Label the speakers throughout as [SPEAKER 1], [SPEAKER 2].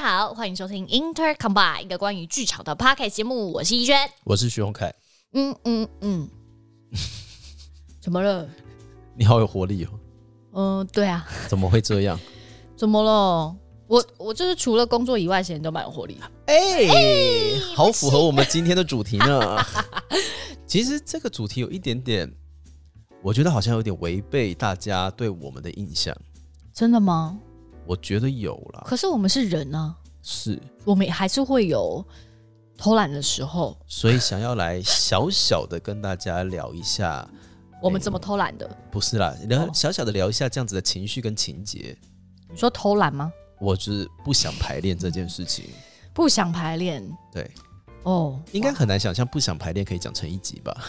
[SPEAKER 1] 好，欢迎收听 Inter Combine 一个关于剧场的 p o c k e t 节目，我是依轩。
[SPEAKER 2] 我是徐宏凯，
[SPEAKER 1] 嗯嗯 嗯，怎么了？
[SPEAKER 2] 你好有活力哦，
[SPEAKER 1] 嗯、对啊，
[SPEAKER 2] 怎么会 这样？
[SPEAKER 1] 怎么了？我我就是除了工作以外，时间都蛮有活力的。
[SPEAKER 2] 哎、好符合我们今天的主题呢。 其实这个主题有一点点，我觉得好像有点违背大家对我们的印象，
[SPEAKER 1] 真的吗？
[SPEAKER 2] 我觉得有啦，
[SPEAKER 1] 可是我们是人啊，
[SPEAKER 2] 是，
[SPEAKER 1] 我们也还是会有偷懒的时候。
[SPEAKER 2] 所以想要来小小的跟大家聊一下，
[SPEAKER 1] 我们怎么偷懒的？
[SPEAKER 2] 不是啦，聊
[SPEAKER 1] 哦
[SPEAKER 2] 小小的聊一下这样子的情绪跟情节。
[SPEAKER 1] 你说偷懒吗？
[SPEAKER 2] 我就是不想排练这件事情，
[SPEAKER 1] 不想排练
[SPEAKER 2] 对，
[SPEAKER 1] 哦，
[SPEAKER 2] 应该
[SPEAKER 1] 哇
[SPEAKER 2] 很难想象不想排练可以讲成一集吧？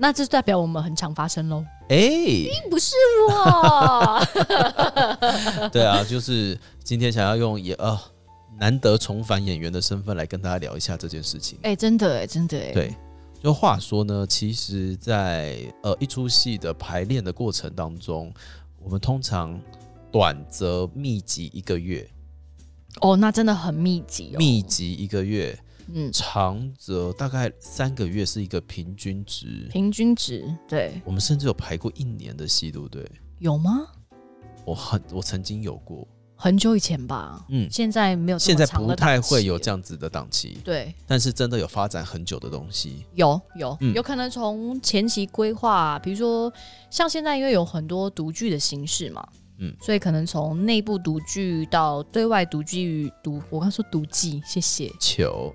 [SPEAKER 1] 那这代表我们很常发生喽。
[SPEAKER 2] 哎、
[SPEAKER 1] 不是我，
[SPEAKER 2] 对啊，就是今天想要用也呃难得重返演员的身份来跟大家聊一下这件事情。
[SPEAKER 1] 哎、真的哎、真的哎、
[SPEAKER 2] 对，就话说呢，其实在，呃一出戏的排练的过程当中，我们通常短则密集一个月，
[SPEAKER 1] 哦，那真的很密集、哦，
[SPEAKER 2] 密集一个月，
[SPEAKER 1] 嗯，
[SPEAKER 2] 长则大概三个月是一个平均值。
[SPEAKER 1] 平均值对
[SPEAKER 2] 我们甚至有排过一年的戏，对不对？
[SPEAKER 1] 有吗？
[SPEAKER 2] 我很我曾经有过，
[SPEAKER 1] 很久以前吧，
[SPEAKER 2] 嗯，
[SPEAKER 1] 现在没有这
[SPEAKER 2] 现
[SPEAKER 1] 么
[SPEAKER 2] 在
[SPEAKER 1] 长
[SPEAKER 2] 不
[SPEAKER 1] 的
[SPEAKER 2] 太
[SPEAKER 1] 档期
[SPEAKER 2] 会有
[SPEAKER 1] 了
[SPEAKER 2] 这样子的档期，
[SPEAKER 1] 对，
[SPEAKER 2] 但是真的有发展很久的东西。
[SPEAKER 1] 有有、
[SPEAKER 2] 嗯
[SPEAKER 1] 有可能从前期规划、比如说像现在因为有很多独剧的形式嘛，嗯
[SPEAKER 2] 嗯，
[SPEAKER 1] 所以可能从内部独剧到对外独剧独，我刚说独剧，谢谢，
[SPEAKER 2] 球，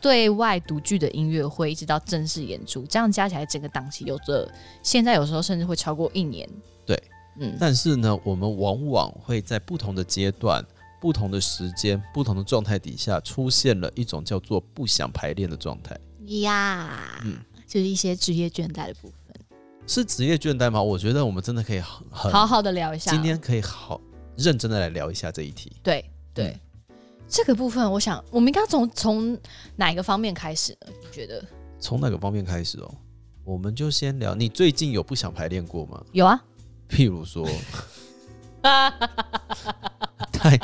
[SPEAKER 1] 对外独剧的音乐会一直到正式演出，这样加起来整个档期有着现在有时候甚至会超过一年，
[SPEAKER 2] 对，
[SPEAKER 1] 嗯，
[SPEAKER 2] 但是呢，我们往往会在不同的阶段、不同的时间、不同的状态底下，出现了一种叫做不想排练的状态。
[SPEAKER 1] 呀，
[SPEAKER 2] 嗯
[SPEAKER 1] 就是一些职业倦怠的部分，
[SPEAKER 2] 是职业倦怠吗？我觉得我们真的可以很很
[SPEAKER 1] 好好的聊一下。
[SPEAKER 2] 嗯今天可以好认真的来聊一下这一题。嗯
[SPEAKER 1] 对对、这个部分，我想我们应该从从哪一个方面开始呢？你觉得
[SPEAKER 2] 从哪个方面开始哦？我们就先聊，你最近有不想排练过吗？
[SPEAKER 1] 有啊？
[SPEAKER 2] 譬 如说，太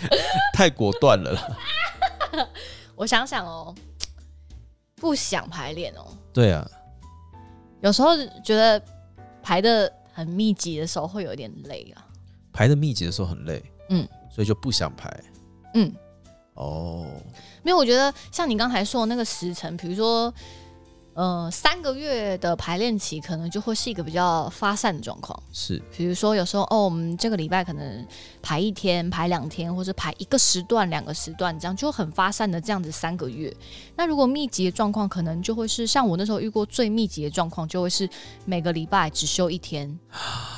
[SPEAKER 2] 太果断了啦。
[SPEAKER 1] 我想想哦，不想排练哦，
[SPEAKER 2] 对啊，
[SPEAKER 1] 有时候觉得排的很密集的时候会有点累啊。
[SPEAKER 2] 排的密集的时候很累，
[SPEAKER 1] 嗯，
[SPEAKER 2] 所以就不想排。
[SPEAKER 1] 嗯，
[SPEAKER 2] 哦，
[SPEAKER 1] 没有，我觉得像你刚才说的那个时辰，比如说。呃，三个月的排练期可能就会是一个比较发散的状况。
[SPEAKER 2] 是，
[SPEAKER 1] 比如说有时候哦，我们这个礼拜可能排一天、排两天，或者排一个时段、两个时段，这样就很发散的这样子三个月。那如果密集的状况，可能就会是像我那时候遇过最密集的状况，就会是每个礼拜只休一天，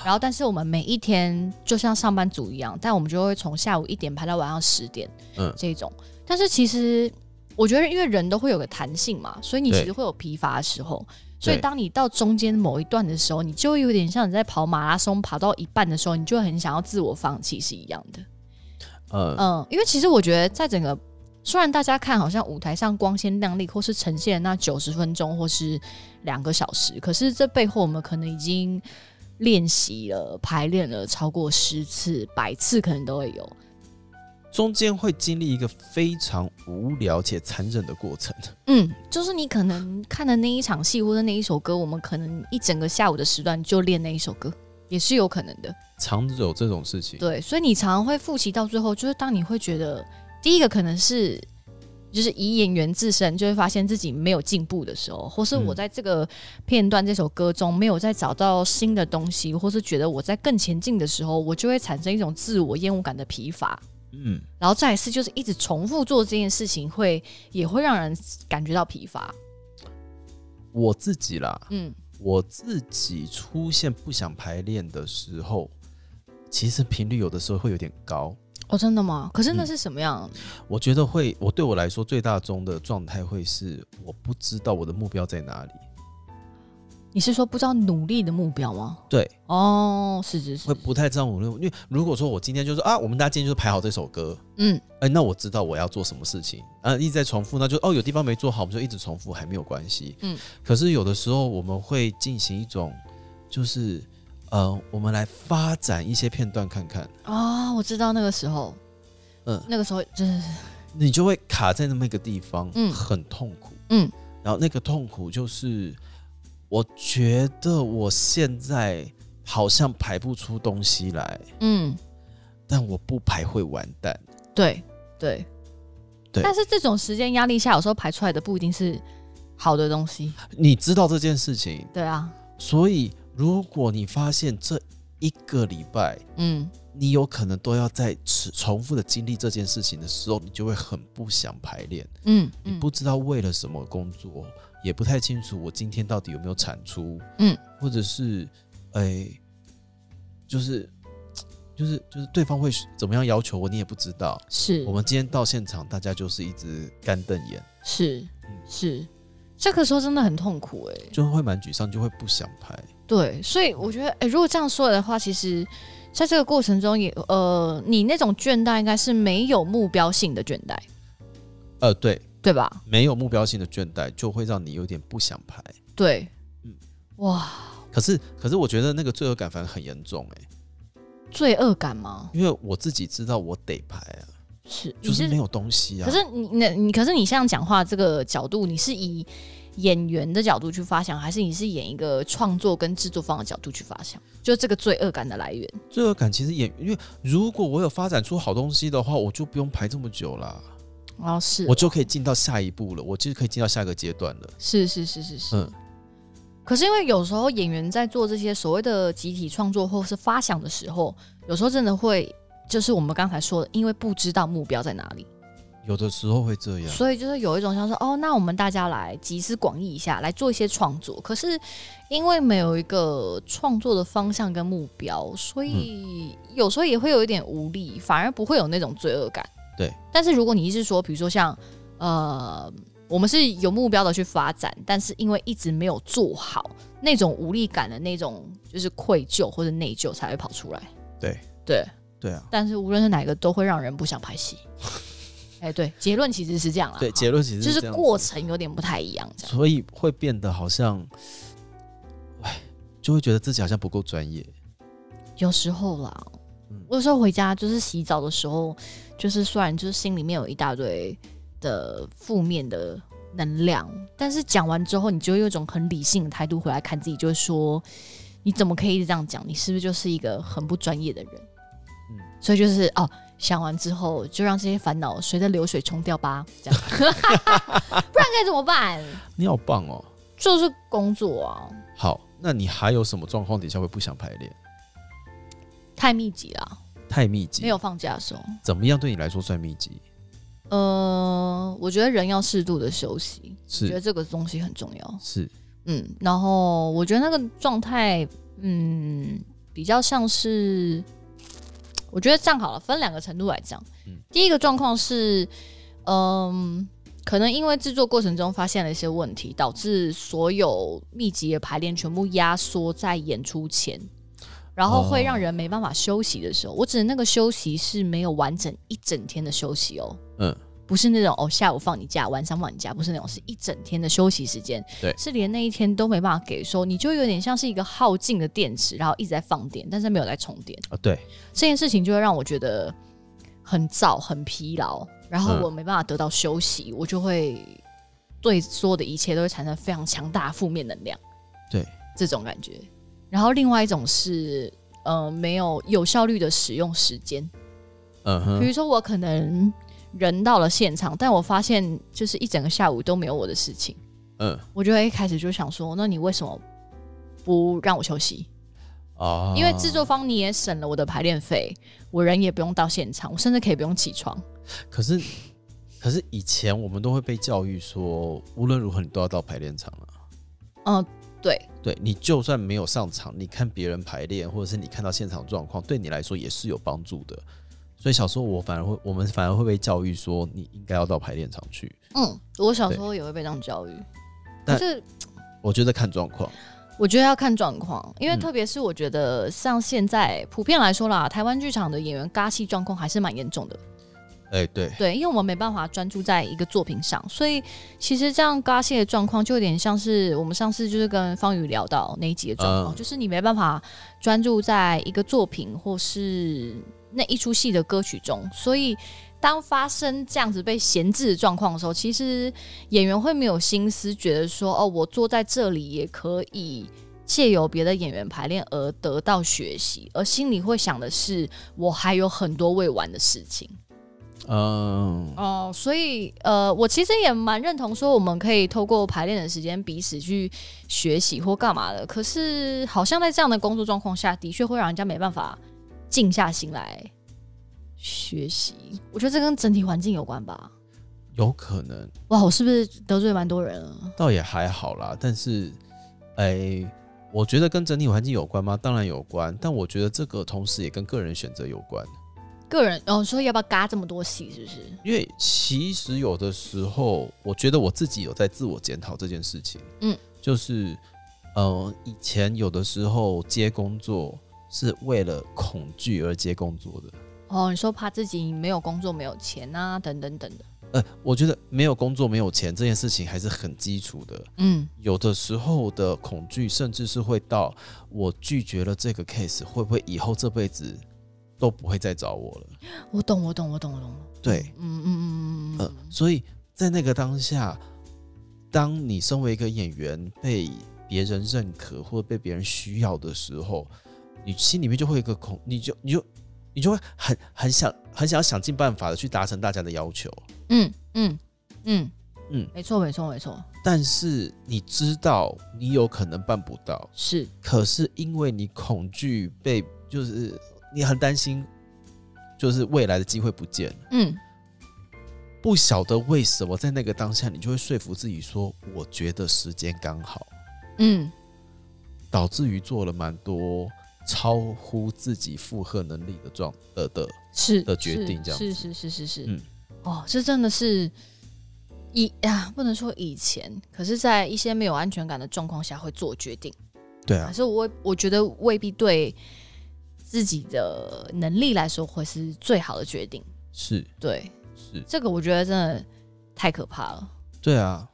[SPEAKER 1] 然后但是我们每一天就像上班族一样，但我们就会从下午一点排到晚上十点，嗯
[SPEAKER 2] 嗯，
[SPEAKER 1] 这种。但是其实我觉得，因为人都会有个弹性嘛，所以你其实会有疲乏的时候。所以
[SPEAKER 2] 对
[SPEAKER 1] 当你到中间某一段的时候，你就会有点像你在跑马拉松，跑到一半的时候，你就会很想要自我放弃是一样的。
[SPEAKER 2] 呃，
[SPEAKER 1] 嗯，因为其实我觉得，在整个虽然大家看好像舞台上光鲜亮丽，或是呈现那九十分钟或是两个小时，可是这背后我们可能已经练习了、排练了超过十次、百次，可能都会有。
[SPEAKER 2] 中间会经历一个非常无聊且残忍的过程。
[SPEAKER 1] 嗯，就是你可能看的那一场戏或者那一首歌，我们可能一整个下午的时段就练那一首歌，也是有可能的。
[SPEAKER 2] 常有这种事情，
[SPEAKER 1] 对，所以你常常会复习到最后，就是当你会觉得，第一个可能是就是以演员自身就会发现自己没有进步的时候，或是我
[SPEAKER 2] 嗯
[SPEAKER 1] 在这个片段、这首歌中没有再找到新的东西，或是觉得我在更前进的时候，我就会产生一种自我厌恶感的疲乏。
[SPEAKER 2] 嗯，
[SPEAKER 1] 然后再一次就是一直重复做这件事情会，也会让人感觉到疲乏。
[SPEAKER 2] 我自己啦，
[SPEAKER 1] 嗯，
[SPEAKER 2] 我自己出现不想排练的时候，其实频率有的时候会有点高。
[SPEAKER 1] 哦，真的吗？可是那
[SPEAKER 2] 嗯
[SPEAKER 1] 是什么样？
[SPEAKER 2] 我觉得会，我对我来说最大宗的状态会是我不知道我的目标在哪里，
[SPEAKER 1] 你是说不知道努力的目标吗？
[SPEAKER 2] 对，
[SPEAKER 1] 哦，是是是
[SPEAKER 2] 会，不太知道我的，因为如果说我今天就是啊，我们大家今天就是排好这首歌，
[SPEAKER 1] 嗯，
[SPEAKER 2] 哎、那我知道我要做什么事情，啊，一直在重复，那就哦，有地方没做好，我们就一直重复，还没有关系。
[SPEAKER 1] 嗯，
[SPEAKER 2] 可是有的时候我们会进行一种，就是呃，我们来发展一些片段看看，
[SPEAKER 1] 哦啊、我知道那个时候，
[SPEAKER 2] 嗯，
[SPEAKER 1] 那个时候真的是
[SPEAKER 2] 你就会卡在那么一个地方，
[SPEAKER 1] 嗯
[SPEAKER 2] 很痛苦，
[SPEAKER 1] 嗯，
[SPEAKER 2] 然后那个痛苦就是，我觉得我现在好像排不出东西来，
[SPEAKER 1] 嗯，
[SPEAKER 2] 但我不排会完蛋，
[SPEAKER 1] 对对
[SPEAKER 2] 对
[SPEAKER 1] 但是这种时间压力下，有时候排出来的不一定是好的东西。
[SPEAKER 2] 你知道这件事情，
[SPEAKER 1] 对啊，
[SPEAKER 2] 所以如果你发现这一个礼拜。
[SPEAKER 1] 嗯，
[SPEAKER 2] 你有可能都要在持重复的经历这件事情的时候，你就会很不想排练。
[SPEAKER 1] 嗯，
[SPEAKER 2] 你
[SPEAKER 1] 嗯
[SPEAKER 2] 不知道为了什么工作，也不太清楚我今天到底有没有产出，
[SPEAKER 1] 嗯，
[SPEAKER 2] 或者是，哎、就是，就是，就是对方会怎么样要求我，你也不知道。
[SPEAKER 1] 是
[SPEAKER 2] 我们今天到现场，大家就是一直干瞪眼，
[SPEAKER 1] 是
[SPEAKER 2] 嗯
[SPEAKER 1] 是，这个时候真的很痛苦哎、
[SPEAKER 2] 就会蛮沮丧，就会不想排。
[SPEAKER 1] 对，所以我觉得，哎、如果这样说的话，其实在这个过程中也，呃，你那种倦怠应该是没有目标性的倦怠，
[SPEAKER 2] 呃，对，
[SPEAKER 1] 对吧？
[SPEAKER 2] 没有目标性的倦怠，就会让你有点不想排。
[SPEAKER 1] 对，
[SPEAKER 2] 嗯
[SPEAKER 1] 哇，
[SPEAKER 2] 可是，可是我觉得那个罪恶感反而很严重、哎，
[SPEAKER 1] 罪恶感吗？
[SPEAKER 2] 因为我自己知道我得排啊，
[SPEAKER 1] 是，
[SPEAKER 2] 就
[SPEAKER 1] 你
[SPEAKER 2] 是
[SPEAKER 1] 是
[SPEAKER 2] 没有东西啊。
[SPEAKER 1] 可是你那你可是你像讲话这个角度，你是以演员的角度去发想，还是你是演一个创作跟制作方的角度去发想？就这个罪恶感的来源。
[SPEAKER 2] 罪恶感其实也，因为如果我有发展出好东西的话，我就不用排这么久啦，
[SPEAKER 1] 哦，是
[SPEAKER 2] 我就可以进到下一步了，我就可以进到下一个阶段了。
[SPEAKER 1] 是是是是是。
[SPEAKER 2] 嗯
[SPEAKER 1] 可是因为有时候演员在做这些所谓的集体创作或是发想的时候，有时候真的会就是我们刚才说的，因为不知道目标在哪里，
[SPEAKER 2] 有的时候会这样，
[SPEAKER 1] 所以就是有一种像是哦，那我们大家来集思广益一下，来做一些创作。可是因为没有一个创作的方向跟目标，所以
[SPEAKER 2] 嗯
[SPEAKER 1] 有时候也会有一点无力，反而不会有那种罪恶感。
[SPEAKER 2] 对。
[SPEAKER 1] 但是如果你是说，比如说像呃，我们是有目标的去发展，但是因为一直没有做好，那种无力感的那种就是愧疚或者内疚才会跑出来。
[SPEAKER 2] 对
[SPEAKER 1] 对，
[SPEAKER 2] 对啊，
[SPEAKER 1] 但是无论是哪一个，都会让人不想拍 戏。哎、对，结论其实是这样啦。
[SPEAKER 2] 对，
[SPEAKER 1] 哈
[SPEAKER 2] 结论其实
[SPEAKER 1] 啊就是是
[SPEAKER 2] 这样
[SPEAKER 1] 过
[SPEAKER 2] 子，
[SPEAKER 1] 程有点不太一样，这样
[SPEAKER 2] 所以会变得好像，哎，就会觉得自己好像不够专业。
[SPEAKER 1] 有时候啦
[SPEAKER 2] 嗯，
[SPEAKER 1] 我有时候回家就是洗澡的时候，就是虽然就是心里面有一大堆的负面的能量，但是讲完之后，你就会有一种很理性的态度回来看自己，就会说你怎么可以一直这样讲？你是不是就是一个很不专业的人？
[SPEAKER 2] 嗯
[SPEAKER 1] 所以就是哦，想完之后就让这些烦恼随着流水冲掉吧，这 样，不然该怎么办？
[SPEAKER 2] 你好棒哦！
[SPEAKER 1] 就是工作啊，
[SPEAKER 2] 好，那你还有什么状况底下会不想排练？
[SPEAKER 1] 太密集了，
[SPEAKER 2] 太密集，
[SPEAKER 1] 没有放假的时候。
[SPEAKER 2] 怎么样对你来说算密集？
[SPEAKER 1] 呃，我觉得人要适度的休息，我觉得
[SPEAKER 2] 是
[SPEAKER 1] 这个东西很重要。
[SPEAKER 2] 是，
[SPEAKER 1] 嗯，然后我觉得那个状态，嗯，比较像是，我觉得这样好了，分两个程度来讲。
[SPEAKER 2] 嗯
[SPEAKER 1] 第一个状况是，嗯，可能因为制作过程中发现了一些问题，导致所有密集的排练全部压缩在演出前。然后会让
[SPEAKER 2] 哦
[SPEAKER 1] 人没办法休息的时候，我指的那个休息是没有完整一整天的休息哦。
[SPEAKER 2] 嗯，
[SPEAKER 1] 不是那种哦，下午放你假，晚上放你假，不是那种，是一整天的休息时间，
[SPEAKER 2] 对
[SPEAKER 1] 是连那一天都没办法给的时候，你就有点像是一个耗尽的电池，然后一直在放电，但是没有在充电。
[SPEAKER 2] 啊，对，
[SPEAKER 1] 这件事情就会让我觉得很燥、很疲劳，然后
[SPEAKER 2] 嗯
[SPEAKER 1] 我没办法得到休息，我就会对所有的一切都会产生非常强大的负面能量，
[SPEAKER 2] 对，
[SPEAKER 1] 这种感觉。然后另外一种是，呃，没有有效率的使用时间。
[SPEAKER 2] 嗯
[SPEAKER 1] 比
[SPEAKER 2] 哼，
[SPEAKER 1] 如说我可能人到了现场，但我发现就是一整个下午都没有我的事情，
[SPEAKER 2] 嗯
[SPEAKER 1] 我就会一开始就想说，那你为什么不让我休息？
[SPEAKER 2] 啊，
[SPEAKER 1] 因为制作方你也省了我的排练费，我人也不用到现场，我甚至可以不用起床。
[SPEAKER 2] 可是，可是以前我们都会被教育说，无论如何你都要到排练场了、
[SPEAKER 1] 嗯，对，
[SPEAKER 2] 对你就算没有上场，你看别人排练，或者是你看到现场状况，对你来说也是有帮助的。所以小时候我反而会，我们反而会被教育说，你应该要到排练场去。
[SPEAKER 1] 嗯，我小时候也会被这样教育，可
[SPEAKER 2] 但
[SPEAKER 1] 是
[SPEAKER 2] 我觉得看状况，
[SPEAKER 1] 我觉得要看状况，因为
[SPEAKER 2] 嗯
[SPEAKER 1] 特别是我觉得像现在普遍来说啦，台湾剧场的演员尬戏状况还是蛮严重的。
[SPEAKER 2] 哎、对，
[SPEAKER 1] 对，因为我们没办法专注在一个作品上，所以其实这样嘎谢的状况就有点像是我们上次就是跟方宇聊到那一集的状况，
[SPEAKER 2] 嗯
[SPEAKER 1] 就是你没办法专注在一个作品或是那一出戏的歌曲中，所以当发生这样子被闲置的状况的时候，其实演员会没有心思，觉得说哦，我坐在这里也可以借由别的演员排练而得到学习，而心里会想的是，我还有很多未完的事情。
[SPEAKER 2] 嗯，
[SPEAKER 1] 哦，所以呃，我其实也蛮认同说，我们可以透过排练的时间彼此去学习或干嘛的。可是，好像在这样的工作状况下，的确会让人家没办法静下心来学习。我觉得这跟整体环境有关吧。
[SPEAKER 2] 有可能，
[SPEAKER 1] 哇，我是不是得罪蛮多人了？
[SPEAKER 2] 倒也还好啦。但是，哎、我觉得跟整体环境有关吗？当然有关，但我觉得这个同时也跟个人选择有关。
[SPEAKER 1] 个人哦，说要不要嘎这么多戏，是不是？
[SPEAKER 2] 因为其实有的时候，我觉得我自己有在自我检讨这件事情。
[SPEAKER 1] 嗯，
[SPEAKER 2] 就是呃，以前有的时候接工作是为了恐惧而接工作的。
[SPEAKER 1] 哦，你说怕自己没有工作、没有钱啊，等等等的。
[SPEAKER 2] 呃，我觉得没有工作、没有钱这件事情还是很基础的。
[SPEAKER 1] 嗯，
[SPEAKER 2] 有的时候的恐惧，甚至是会到我拒绝了这个 case，会不会以后这辈子都不会再找我了？
[SPEAKER 1] 我懂，我懂，我懂，我懂。
[SPEAKER 2] 对，
[SPEAKER 1] 嗯嗯嗯嗯嗯
[SPEAKER 2] 呃
[SPEAKER 1] 嗯，
[SPEAKER 2] 所以在那个当下，当你身为一个演员被别人认可或者被别人需要的时候，你心里面就会有一个恐，你就你就你就会很很想很想要想尽办法的去达成大家的要求，
[SPEAKER 1] 嗯嗯嗯
[SPEAKER 2] 嗯
[SPEAKER 1] 嗯，没错，没错，没错。
[SPEAKER 2] 但是你知道你有可能办不到，
[SPEAKER 1] 是，
[SPEAKER 2] 可是因为你恐惧被，就是你很担心，就是未来的机会不见了。
[SPEAKER 1] 嗯，
[SPEAKER 2] 不晓得为什么，在那个当下，你就会说服自己说：“我觉得时间刚好。”
[SPEAKER 1] 嗯，
[SPEAKER 2] 导致于做了蛮多超乎自己负荷能力的状的的，
[SPEAKER 1] 是
[SPEAKER 2] 的决
[SPEAKER 1] 是
[SPEAKER 2] 定这样
[SPEAKER 1] 是是是是是，
[SPEAKER 2] 嗯
[SPEAKER 1] 哦，这真的是以呀、不能说以前，可是在一些没有安全感的状况下会做决定，
[SPEAKER 2] 对
[SPEAKER 1] 可
[SPEAKER 2] 啊，
[SPEAKER 1] 是我我觉得未必对自己的能力来说会是最好的决定，
[SPEAKER 2] 是
[SPEAKER 1] 对，
[SPEAKER 2] 是，
[SPEAKER 1] 这个我觉得真的太可怕了，
[SPEAKER 2] 对啊。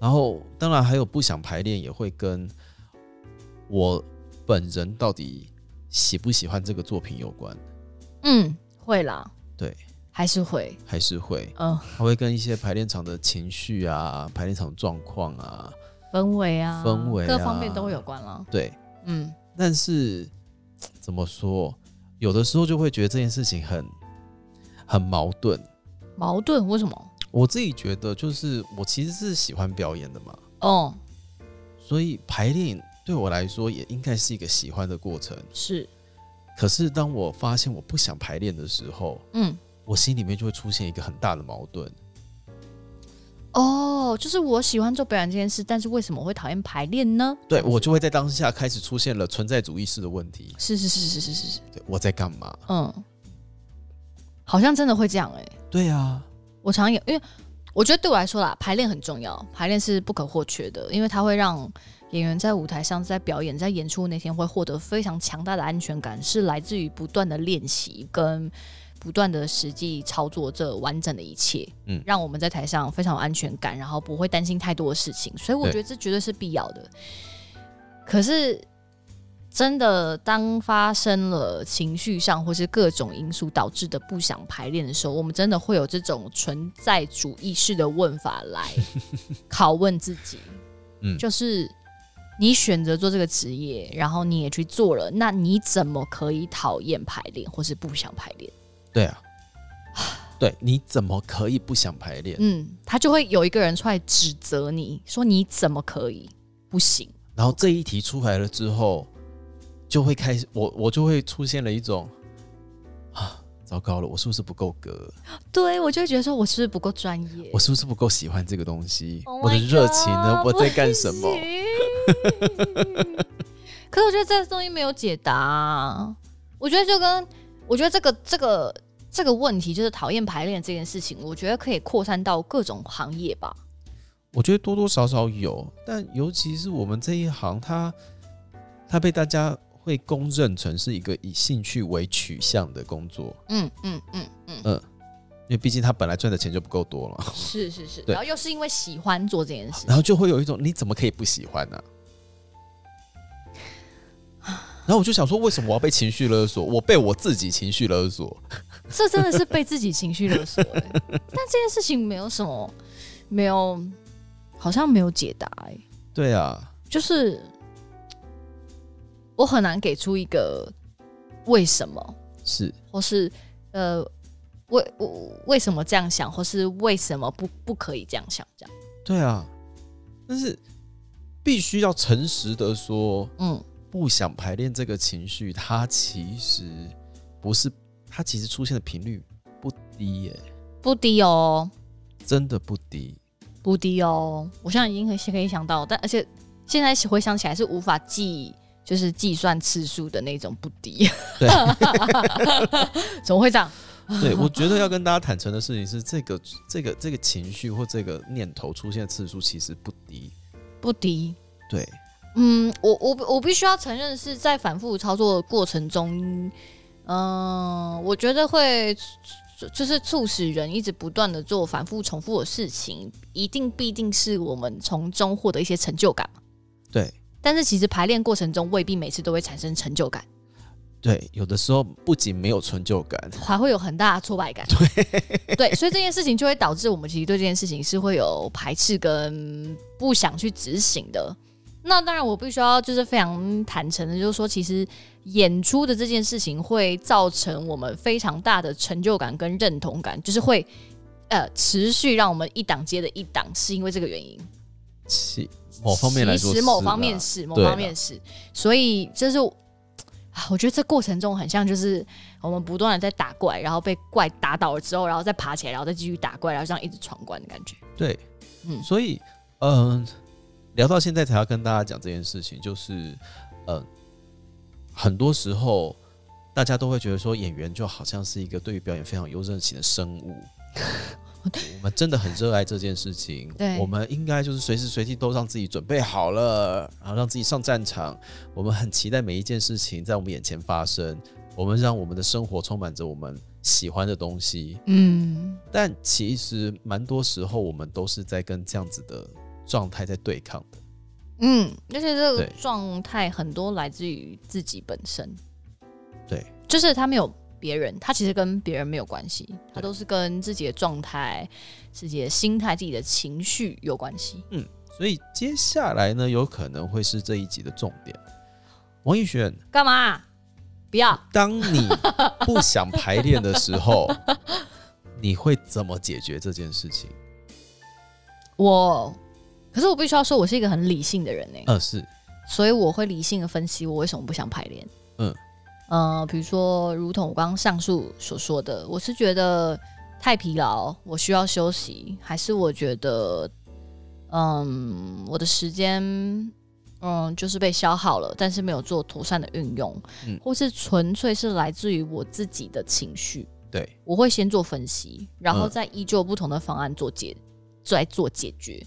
[SPEAKER 2] 然后当然还有不想排练，也会跟我本人到底喜不喜欢这个作品有关，
[SPEAKER 1] 嗯，会啦，
[SPEAKER 2] 对，
[SPEAKER 1] 还是会，
[SPEAKER 2] 还是会，
[SPEAKER 1] 嗯、
[SPEAKER 2] 还会跟一些排练场的情绪啊、排练场的状况啊，
[SPEAKER 1] 氛围啊，
[SPEAKER 2] 氛围
[SPEAKER 1] 各方面
[SPEAKER 2] 啊
[SPEAKER 1] 都有关了，
[SPEAKER 2] 对。
[SPEAKER 1] 嗯，
[SPEAKER 2] 但是怎么说，有的时候就会觉得这件事情很很矛盾。
[SPEAKER 1] 矛盾为什么？
[SPEAKER 2] 我自己觉得，就是我其实是喜欢表演的嘛，
[SPEAKER 1] 哦，
[SPEAKER 2] 所以排练对我来说也应该是一个喜欢的过程。
[SPEAKER 1] 是，
[SPEAKER 2] 可是当我发现我不想排练的时候，
[SPEAKER 1] 嗯。
[SPEAKER 2] 我心里面就会出现一个很大的矛盾。
[SPEAKER 1] 哦，就是我喜欢做表演这件事，但是为什么我会讨厌排练呢？
[SPEAKER 2] 对我就会在当下开始出现了存在主义式的问题。
[SPEAKER 1] 是是是是是是是，
[SPEAKER 2] 对我在干嘛？
[SPEAKER 1] 嗯，好像真的会这样哎、
[SPEAKER 2] 对啊，
[SPEAKER 1] 我常也因为我觉得对我来说啦，排练很重要，排练是不可或缺的，因为它会让演员在舞台上、在表演、在演出那天会获得非常强大的安全感，是来自于不断的练习跟不断的实际操作这完整的一切，
[SPEAKER 2] 嗯
[SPEAKER 1] 嗯，让我们在台上非常有安全感，然后不会担心太多的事情，所以我
[SPEAKER 2] 对
[SPEAKER 1] 觉得这绝对是必要的。可是。真的，当发生了情绪上或是各种因素导致的不想排练的时候，我们真的会有这种存在主义式的问法 来拷问自己。
[SPEAKER 2] 嗯
[SPEAKER 1] 就是你选择做这个职业，然后你也去做了，那你怎么可以讨厌排练或是不想排练？
[SPEAKER 2] 对啊，对，你怎么可以不想排练？
[SPEAKER 1] 嗯，他就会有一个人出来指责你说你怎么可以不行？
[SPEAKER 2] 然后这一题出来了之后，就会开始我我就会出现了一种啊，糟糕了，我是不是不够格？
[SPEAKER 1] 对我就会觉得说我是不是不够专业？
[SPEAKER 2] 我是不是不够喜欢这个东西
[SPEAKER 1] Oh
[SPEAKER 2] 我的
[SPEAKER 1] my
[SPEAKER 2] 热情呢？我
[SPEAKER 1] God，
[SPEAKER 2] 在干什么
[SPEAKER 1] 不？行 可是我觉得这个东西没有解答啊、我觉得就跟我觉得这个这个这个问题，就是讨厌排练这件事情，我觉得可以扩散到各种行业吧。
[SPEAKER 2] 我觉得多多少少有，但尤其是我们这一行，它它被大家会公认成是一个以兴趣为取向的工作，
[SPEAKER 1] 嗯嗯嗯嗯，
[SPEAKER 2] 因为毕竟他本来赚的钱就不够多了，
[SPEAKER 1] 是是是。
[SPEAKER 2] 对
[SPEAKER 1] 然后又是因为喜欢做这件事
[SPEAKER 2] 然，后就会有一种你怎么可以不喜欢呢、然后我就想说，为什么我要被情绪勒索？我被我自己情绪勒索。
[SPEAKER 1] 这真的是被自己情绪勒索、 欸。但这件事情没有什么，没有，好像没有解答、欸。
[SPEAKER 2] 对啊，
[SPEAKER 1] 就是我很难给出一个为什么，
[SPEAKER 2] 是
[SPEAKER 1] 或是呃，为我为什么这样想，或是为什么不不可以这样想，这样。
[SPEAKER 2] 对啊，但是必须要诚实的说，
[SPEAKER 1] 嗯，
[SPEAKER 2] 不想排练这个情绪，它其实不是，它其实出现的频率不低耶、
[SPEAKER 1] 不低哦，
[SPEAKER 2] 真的不低。
[SPEAKER 1] 不低哦。我现在已经可以可以想到，但而且现在回想起来是无法计，就是计算次数的那种不低。
[SPEAKER 2] 对，
[SPEAKER 1] 怎么会这样？
[SPEAKER 2] 对，我觉得要跟大家坦诚的事情是，这个这个这个情绪或这个念头出现的次数其实不低。
[SPEAKER 1] 不低。
[SPEAKER 2] 对，
[SPEAKER 1] 嗯，我我我必须要承认是在反复操作的过程中，嗯、我觉得会就就是促使人一直不断的做反复重复的事情，一定必定是我们从中获得一些成就感嘛。
[SPEAKER 2] 对，
[SPEAKER 1] 但是其实排练过程中未必每次都会产生成就感，
[SPEAKER 2] 对，有的时候不仅没有成就感，
[SPEAKER 1] 还会有很大的挫败感。对对，所以这件事情就会导致我们其实对这件事情是会有排斥跟不想去执行的。那当然，我必须要就是非常坦诚的，就是说，其实演出的这件事情会造成我们非常大的成就感跟认同感，就是会呃持续让我们一档接着一档，是因为这个原因。
[SPEAKER 2] 其某方面来说
[SPEAKER 1] 其
[SPEAKER 2] 是
[SPEAKER 1] 实
[SPEAKER 2] 啦，
[SPEAKER 1] 某方面是，某方面是，所以就是我啊，我觉得这过程中很像就是我们不断的在打怪，然后被怪打倒了之后，然后再爬起来，然后再继续打怪，然后这样一直闯关的感觉。
[SPEAKER 2] 对，
[SPEAKER 1] 嗯
[SPEAKER 2] 所以，嗯、聊到现在才要跟大家讲这件事情，就是，呃，很多时候大家都会觉得说，演员就好像是一个对于表演非常有热情的生 物。我们真的很热爱这件事情，
[SPEAKER 1] 对
[SPEAKER 2] 我们应该就是随时随地都让自己准备好了，然后让自己上战场。我们很期待每一件事情在我们眼前发生，我们让我们的生活充满着我们喜欢的东西，
[SPEAKER 1] 嗯，
[SPEAKER 2] 但其实蛮多时候，我们都是在跟这样子的状态在对抗的。
[SPEAKER 1] 嗯，而且这个
[SPEAKER 2] 对
[SPEAKER 1] 状态很多来自于自己本身，
[SPEAKER 2] 对，
[SPEAKER 1] 就是他没有别人，他其实跟别人没有关系，他
[SPEAKER 2] 对
[SPEAKER 1] 都是跟自己的状态、自己的心态、自己的情绪有关系。
[SPEAKER 2] 所以接下来呢，有可能会是这一集的重点。王一璇，
[SPEAKER 1] 干嘛、不要，
[SPEAKER 2] 当你不想排练的时候，你会怎么解决这件事情？
[SPEAKER 1] 我，可是我必须要说，我是一个很理性的人呢、欸
[SPEAKER 2] 呃，是
[SPEAKER 1] 所以我会理性的分析我为什么不想排练。
[SPEAKER 2] 嗯，
[SPEAKER 1] 呃，比如说，如同我刚刚上述所说的，我是觉得太疲劳，我需要休息，还是我觉得，嗯，我的时间，嗯，就是被消耗了，但是没有做妥善的运用，
[SPEAKER 2] 嗯
[SPEAKER 1] 或是纯粹是来自于我自己的情绪。
[SPEAKER 2] 对，
[SPEAKER 1] 我会先做分析，然后
[SPEAKER 2] 嗯
[SPEAKER 1] 再依旧不同的方案做解，再做解决。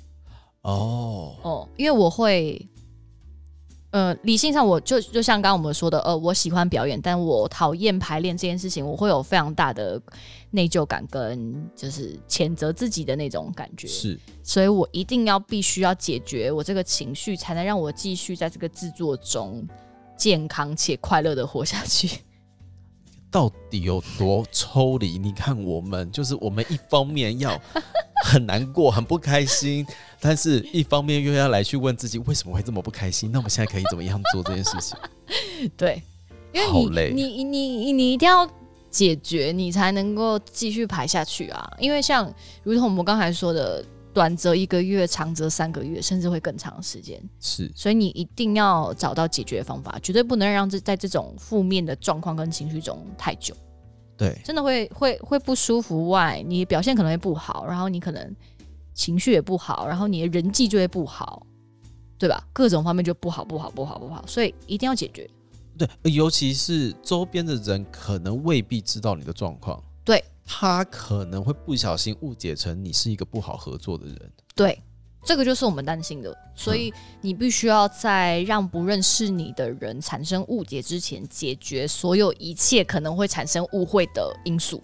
[SPEAKER 2] 哦，
[SPEAKER 1] 哦，因为我会，呃，理性上我就就像刚刚我们说的，呃，我喜欢表演，但我讨厌排练这件事情，我会有非常大的内疚感跟就是谴责自己的那种感觉，
[SPEAKER 2] 是
[SPEAKER 1] 所以我一定要必须要解决我这个情绪，才能让我继续在这个制作中健康且快乐的活下去。
[SPEAKER 2] 到底有多抽离？你看我们， 就是我们一方面要很难过、很不开心，但是一方面又要来去问自己为什么会这么不开心？那我们现在可以怎么样做这件事 情？
[SPEAKER 1] 对，因
[SPEAKER 2] 好
[SPEAKER 1] 为
[SPEAKER 2] 累啊
[SPEAKER 1] 你你你你你一定要解决，你才能够继续排下去啊。因为像如同我们刚才说的，短则一个月，长则三个月，甚至会更长的时间，
[SPEAKER 2] 是
[SPEAKER 1] 所以你一定要找到解决方法，绝对不能让这在这种负面的状况跟情绪中太久，
[SPEAKER 2] 对，
[SPEAKER 1] 真的会会会不舒服外，你表现可能会不好，然后你可能情绪也不好，然后你的人际就会不好。对吧？各种方面就不好，不好，不好，不好，所以一定要解决。
[SPEAKER 2] 对，呃尤其是周边的人可能未必知道你的状况，
[SPEAKER 1] 对
[SPEAKER 2] 他可能会不小心误解成你是一个不好合作的人。
[SPEAKER 1] 对，这个就是我们担心的，所以
[SPEAKER 2] 嗯
[SPEAKER 1] 你必须要在让不认识你的人产生误解之前，解决所有一切可能会产生误会的因素。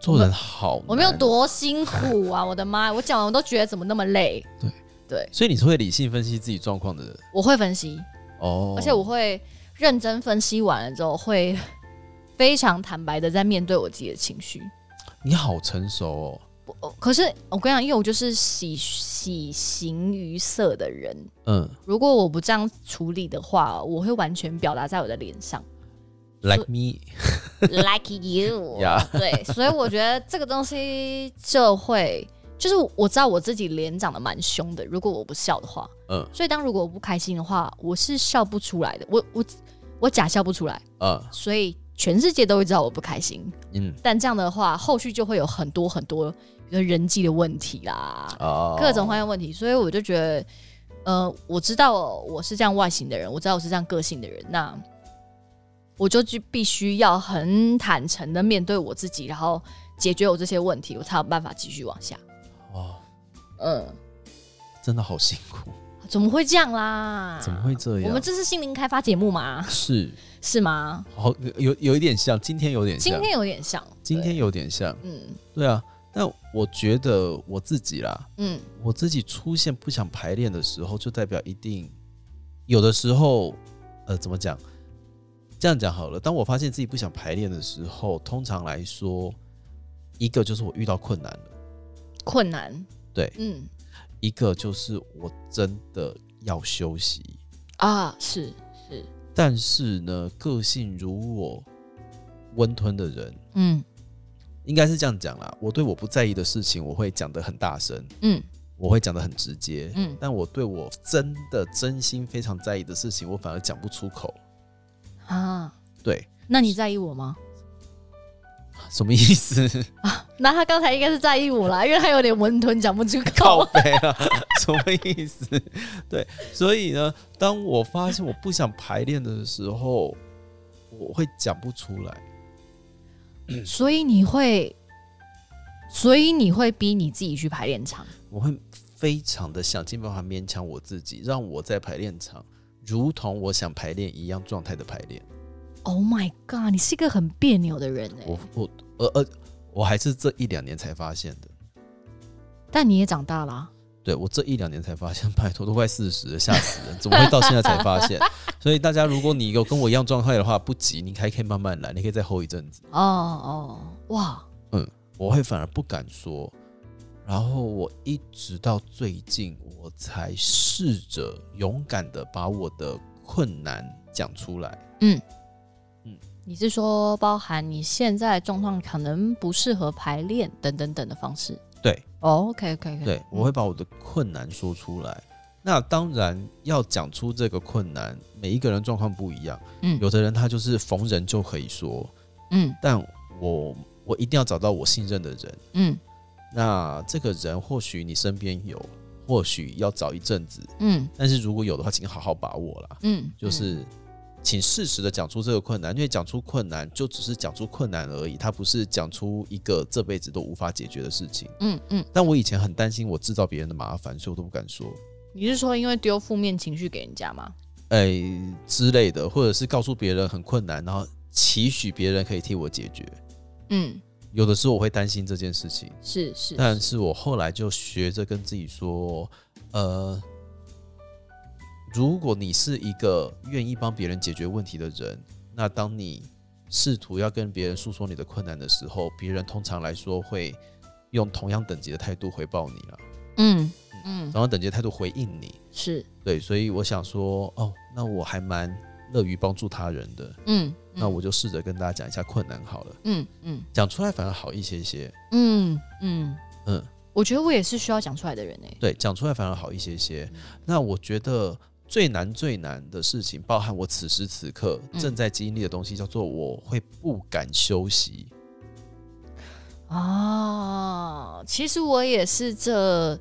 [SPEAKER 2] 做人好难
[SPEAKER 1] 我们有，多辛苦啊！我的妈呀，我讲完我都觉得怎么那么累。
[SPEAKER 2] 对
[SPEAKER 1] 对，
[SPEAKER 2] 所以你是会理性分析自己状况的人
[SPEAKER 1] 我会分析，
[SPEAKER 2] 哦。
[SPEAKER 1] 而且我会认真分析完了之后会非常坦白的在面对我自己的情绪。
[SPEAKER 2] 你好成熟哦，
[SPEAKER 1] 不呃可是我跟你讲，因为我就是喜喜形于色的人，
[SPEAKER 2] 嗯
[SPEAKER 1] 如果我不这样处理的话，我会完全表达在我的脸上
[SPEAKER 2] ，like me，
[SPEAKER 1] ，like you。
[SPEAKER 2] 呀，
[SPEAKER 1] 对，所以我觉得这个东西就会，就是我知道我自己脸长得蛮凶的，如果我不笑的话，
[SPEAKER 2] 嗯
[SPEAKER 1] 所以当如果我不开心的话，我是笑不出来的，我我我假笑不出来，
[SPEAKER 2] 嗯
[SPEAKER 1] 所以全世界都会知道我不开心。
[SPEAKER 2] 嗯
[SPEAKER 1] 但这样的话，后续就会有很多很多，比如说人际的问题啦，
[SPEAKER 2] 哦，
[SPEAKER 1] 各种方面问题，所以我就觉得，呃，我知道我是这样外形的人，我知道我是这样个性的人，那我就去必须要很坦诚的面对我自己，然后解决我这些问题，我才有办法继续往下。
[SPEAKER 2] 哦，
[SPEAKER 1] 嗯，
[SPEAKER 2] 真的好辛苦，
[SPEAKER 1] 怎么会这样啦？
[SPEAKER 2] 怎么会这
[SPEAKER 1] 啊我
[SPEAKER 2] 样
[SPEAKER 1] 们？这是心灵开发节目吗？
[SPEAKER 2] 是，
[SPEAKER 1] 是吗？
[SPEAKER 2] 好有有一点像，今天有点
[SPEAKER 1] 今
[SPEAKER 2] 像，
[SPEAKER 1] 天有点像，
[SPEAKER 2] 今
[SPEAKER 1] 对
[SPEAKER 2] 天有点像，
[SPEAKER 1] 嗯
[SPEAKER 2] 对啊。但我觉得我自己啦，
[SPEAKER 1] 嗯，
[SPEAKER 2] 我自己出现不想排练的时候，就代表一定有的时候，呃，怎么讲？这样讲好了，当我发现自己不想排练的时候，通常来说，一个就是我遇到困难了，
[SPEAKER 1] 困难，
[SPEAKER 2] 对
[SPEAKER 1] 嗯
[SPEAKER 2] 一个就是我真的要休息。
[SPEAKER 1] 啊，是是，
[SPEAKER 2] 但是呢，个性如我温吞的人，
[SPEAKER 1] 嗯
[SPEAKER 2] 应该是这样讲啦。我对我不在意的事情，我会讲得很大声，
[SPEAKER 1] 嗯
[SPEAKER 2] 我会讲得很直接。
[SPEAKER 1] 嗯，
[SPEAKER 2] 但我对我真的真心非常在意的事情，我反而讲不出口。
[SPEAKER 1] 啊，
[SPEAKER 2] 对，
[SPEAKER 1] 那你在意我吗？
[SPEAKER 2] 什么意 思？
[SPEAKER 1] 那他刚才应该是在意我 啦，因为他有点温吞，讲不出
[SPEAKER 2] 靠
[SPEAKER 1] 口。
[SPEAKER 2] 背啊，什么意思？对，所以呢，当我发现我不想排练的时候，我会讲不出来。
[SPEAKER 1] 所以你会，所以你会逼你自己去排练场。
[SPEAKER 2] 我会非常的想尽办法勉强我自己，让我在排练场如同我想排练一样状态的排练。
[SPEAKER 1] Oh my god，你是一个很别扭的人哎、
[SPEAKER 2] 我我呃呃，我还是这一两年才发现的。
[SPEAKER 1] 但你也长大啦、
[SPEAKER 2] 对我这一两年才发现，拜托都快四十了，吓死人！怎么会到现在才发现？所以大家，如果你有跟我一样状态的话，不急，你还可以慢慢来，你可以再 hold 一阵子。
[SPEAKER 1] 哦哦，哇，
[SPEAKER 2] 我会反而不敢说，然后我一直到最近，我才试着勇敢的把我的困难讲出来。
[SPEAKER 1] 你是说包含你现在的状况可能不适合排练等等等的方式？
[SPEAKER 2] 对
[SPEAKER 1] 哦，OK，OK，OK、o k OK OK，
[SPEAKER 2] 对，我会把我的困难说出来。那当然要讲出这个困难，每一个人状况不一样，
[SPEAKER 1] 嗯
[SPEAKER 2] 有的人他就是逢人就可以说，
[SPEAKER 1] 嗯
[SPEAKER 2] 但我我一定要找到我信任的人。
[SPEAKER 1] 嗯
[SPEAKER 2] 那这个人或许你身边有，或许要找一阵子，
[SPEAKER 1] 嗯
[SPEAKER 2] 但是如果有的话，请好好把握啦。
[SPEAKER 1] 嗯，
[SPEAKER 2] 就是请适时的讲出这个困难，因为讲出困难就只是讲出困难而已，它不是讲出一个这辈子都无法解决的事情。
[SPEAKER 1] 嗯嗯，
[SPEAKER 2] 但我以前很担心我制造别人的麻烦，所以我都不敢说，
[SPEAKER 1] 你是说因为丢负面情绪给人家吗？
[SPEAKER 2] 哎、之类的，或者是告诉别人很困难，然后期许别人可以替我解决。
[SPEAKER 1] 嗯，
[SPEAKER 2] 有的时候我会担心这件事情，
[SPEAKER 1] 是是，
[SPEAKER 2] 但是我后来就学着跟自己说，呃，如果你是一个愿意帮别人解决问题的人，那当你试图要跟别人诉说你的困难的时候，别人通常来说会用同样等级的态度回报你了，
[SPEAKER 1] 嗯嗯
[SPEAKER 2] 同样等级的态度回应你。
[SPEAKER 1] 是，
[SPEAKER 2] 对，所以我想说，哦，那我还蛮乐于帮助他人的，
[SPEAKER 1] 嗯，
[SPEAKER 2] 那我就试着跟大家讲一下困难好了，
[SPEAKER 1] 嗯嗯
[SPEAKER 2] 讲出来反而好一些些。
[SPEAKER 1] 嗯嗯，
[SPEAKER 2] 嗯，
[SPEAKER 1] 我觉得我也是需要讲出来的人哎、
[SPEAKER 2] 对，讲出来反而好一些些。
[SPEAKER 1] 嗯
[SPEAKER 2] 那我觉得最难最难的事情，包含我此时此刻
[SPEAKER 1] 嗯
[SPEAKER 2] 正在经历的东西，叫做我会不敢休息。嗯
[SPEAKER 1] 啊，其实我也是这